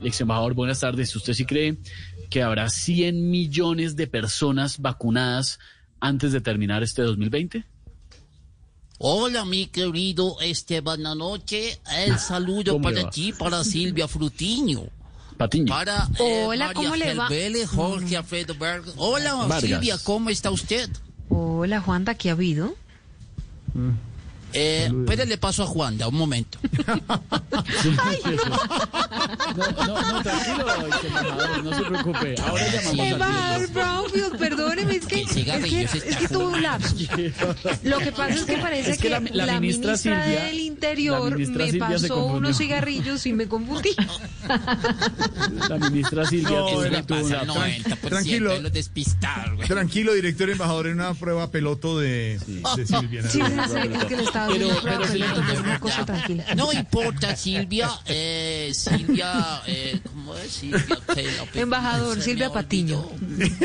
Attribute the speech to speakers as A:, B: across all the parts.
A: Ex embajador, buenas tardes. ¿Usted sí cree que habrá 100 millones de personas vacunadas antes de terminar este 2020?
B: Hola, mi querido Esteban Anoche. El saludo para
A: Ah, va?
B: ti, para Silvia Frutiño.
A: Patiño.
B: Para eh,
C: Hola,
B: María
C: ¿cómo le va?
B: Gervele, Jorge Alfredo Vargas. Hola,
A: Vargas.
B: Silvia, ¿cómo está usted?
C: Hola, Juanda, ¿qué ha habido?
B: Eh, pero le paso a Juanda, un momento.
A: No, no, no, tranquilo, ex embajador, no se preocupe. Ahora llamamos a
C: Embajador Brownfield, perdóneme, es que,
B: Que siga
C: es que,
B: riendo, se
C: es que
B: está
C: tuvo un lapso. Lo que pasa es que parece
A: es que la- la ministra Silvia-
C: del
A: la
C: Interior
A: ministra
C: me
A: Silvia se
C: pasó
A: confundió.
C: unos cigarrillos y me confundí.
A: la ministra Silvia.
B: Eso
A: tuvo
B: le
A: una- tuvo
B: pasa
A: una-
B: eh. al 90%
D: Tranquilo.
B: de los despistados, güey.
D: Tranquilo, director embajador, en una prueba peloto de, de Silvia.
C: Sí, sí, sí, es que le estaba
A: Pero-
C: dando una prueba,
A: pero sí
C: pero
A: le-
C: tomé una cosa tranquila.
B: No importa, Silvia. Eh, Silvia, eh, ¿cómo es? Silvia Pela- Pe-
C: Embajador,
B: se
C: Silvia
B: me
C: Patiño.
B: olvidó.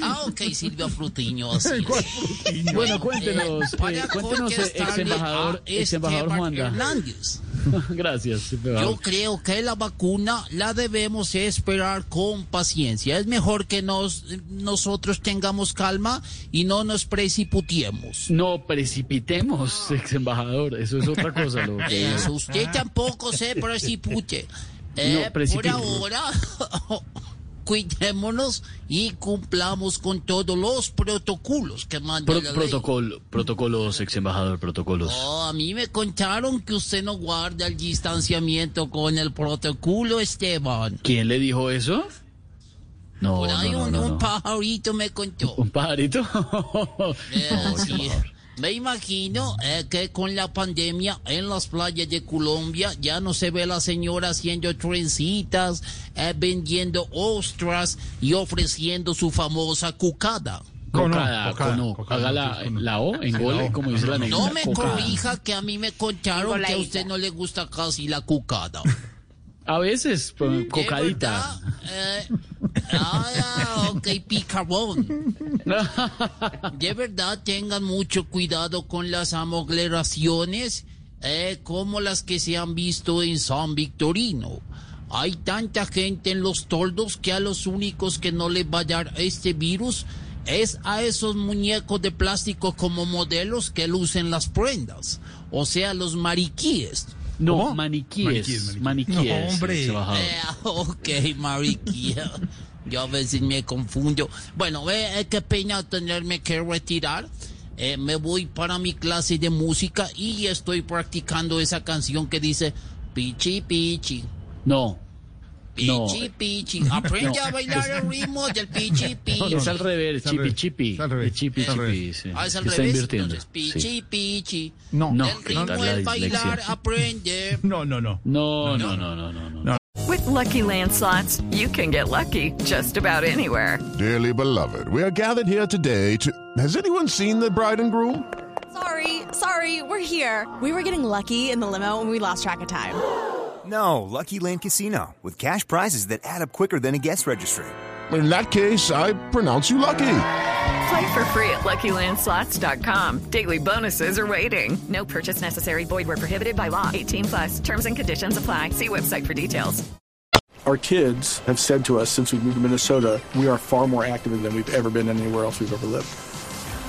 B: Ah, ok, Silvia Frutiño. así es.
A: Bueno, cuéntenos, eh,
B: para
A: cuéntenos, eh,
B: contestarle
A: ex embajador,
B: a
A: ex embajador
B: Esteban
A: Juanda.
B: Ah, Hernández.
A: Gracias. embajador.
B: Yo creo que la vacuna la debemos esperar con paciencia. Es mejor que nos, nosotros tengamos calma y no nos precipitemos.
A: No precipitemos, ex embajador. Eso es otra cosa. Lo que...
B: Eso, usted tampoco se precipite. Eh,
A: No, precipite.
B: Por ahora, cuidémonos y cumplamos con todos los protocolos que manda
A: Pro-
B: la ley.
A: protocolo, protocolos, ex embajador, protocolos.
B: Oh, a mí me contaron que usted no guarda el distanciamiento con el protocolo, Esteban.
A: ¿Quién le dijo eso? No,
B: Por
A: Oh, no,
B: ahí
A: no,
B: un,
A: no,
B: un
A: no.
B: pajarito me contó.
A: ¿Un pajarito?
B: Eh,
A: No,
B: así
A: qué
B: es.
A: horror.
B: Me imagino eh, que con la pandemia en las playas de Colombia ya no se ve la señora haciendo trencitas, eh, vendiendo ostras y ofreciendo su famosa cucada.
D: Cono,
A: Cocada,
D: cocada,
A: cono.
D: cocada,
A: Haga la,
D: entonces, cono.
A: la O en gole, como dice la negra.
B: No me
A: cocada.
B: corrija que a mí me contaron que a usted no le gusta casi la cucada.
A: A veces, pues,
B: ¿De
A: cocadita.
B: verdad? Eh, ah, ok, picarón. De verdad, tengan mucho cuidado con las amogleraciones eh, como las que se han visto en San Victorino. Hay tanta gente en los toldos que a los únicos que no les va a dar este virus es a esos muñecos de plástico como modelos que lucen las prendas, o sea, los mariquíes.
A: No,
D: ¿Cómo?
A: maniquíes.
D: Maniquíes,
A: Maniquíes.
D: No, hombre.
A: ese bajado.
B: Eh, ok, mariquilla. Yo a veces me confundo. Bueno, eh, eh, qué pena tenerme que retirar. Eh, me voy para mi clase de música y estoy practicando esa canción que dice Pichi Pichi.
A: No,
B: Pichi
A: No.
B: Pichi. Aprende a bailar el ritmo del Pichi Pichi.
A: es al revés.
D: Está al revés,
A: Chipi, chipi.
D: está al revés,
A: Chipi,
D: está al
A: chipi.
D: revés.
A: sí.
B: Ah, es al
A: Está
B: revés.
A: invirtiendo.
B: Entonces,
A: sí.
B: Pichi Pichi.
D: No,
A: No,
B: Del ritmo
A: quitar la
B: del
A: dislexia.
B: bailar aprende.
D: no, no, no.
A: No, no, no, no, no, no.
E: With Lucky Land slots, you can get lucky just about anywhere.
F: Dearly beloved, we are gathered here today to. Has anyone seen the bride and groom?
G: Sorry, sorry, we're here. We were getting lucky in the limo and we lost track of time.
H: No, Lucky Land Casino, with cash prizes that add up quicker than a guest registry.
F: In that case, I pronounce you lucky.
E: Play for free at LuckyLandSlots.com. Daily bonuses are waiting. No purchase necessary. Void where prohibited by law. 18 plus terms and conditions apply. See website for details.
I: Our kids have said to us since we moved to Minnesota, we are far more active than we've ever been anywhere else we've ever lived.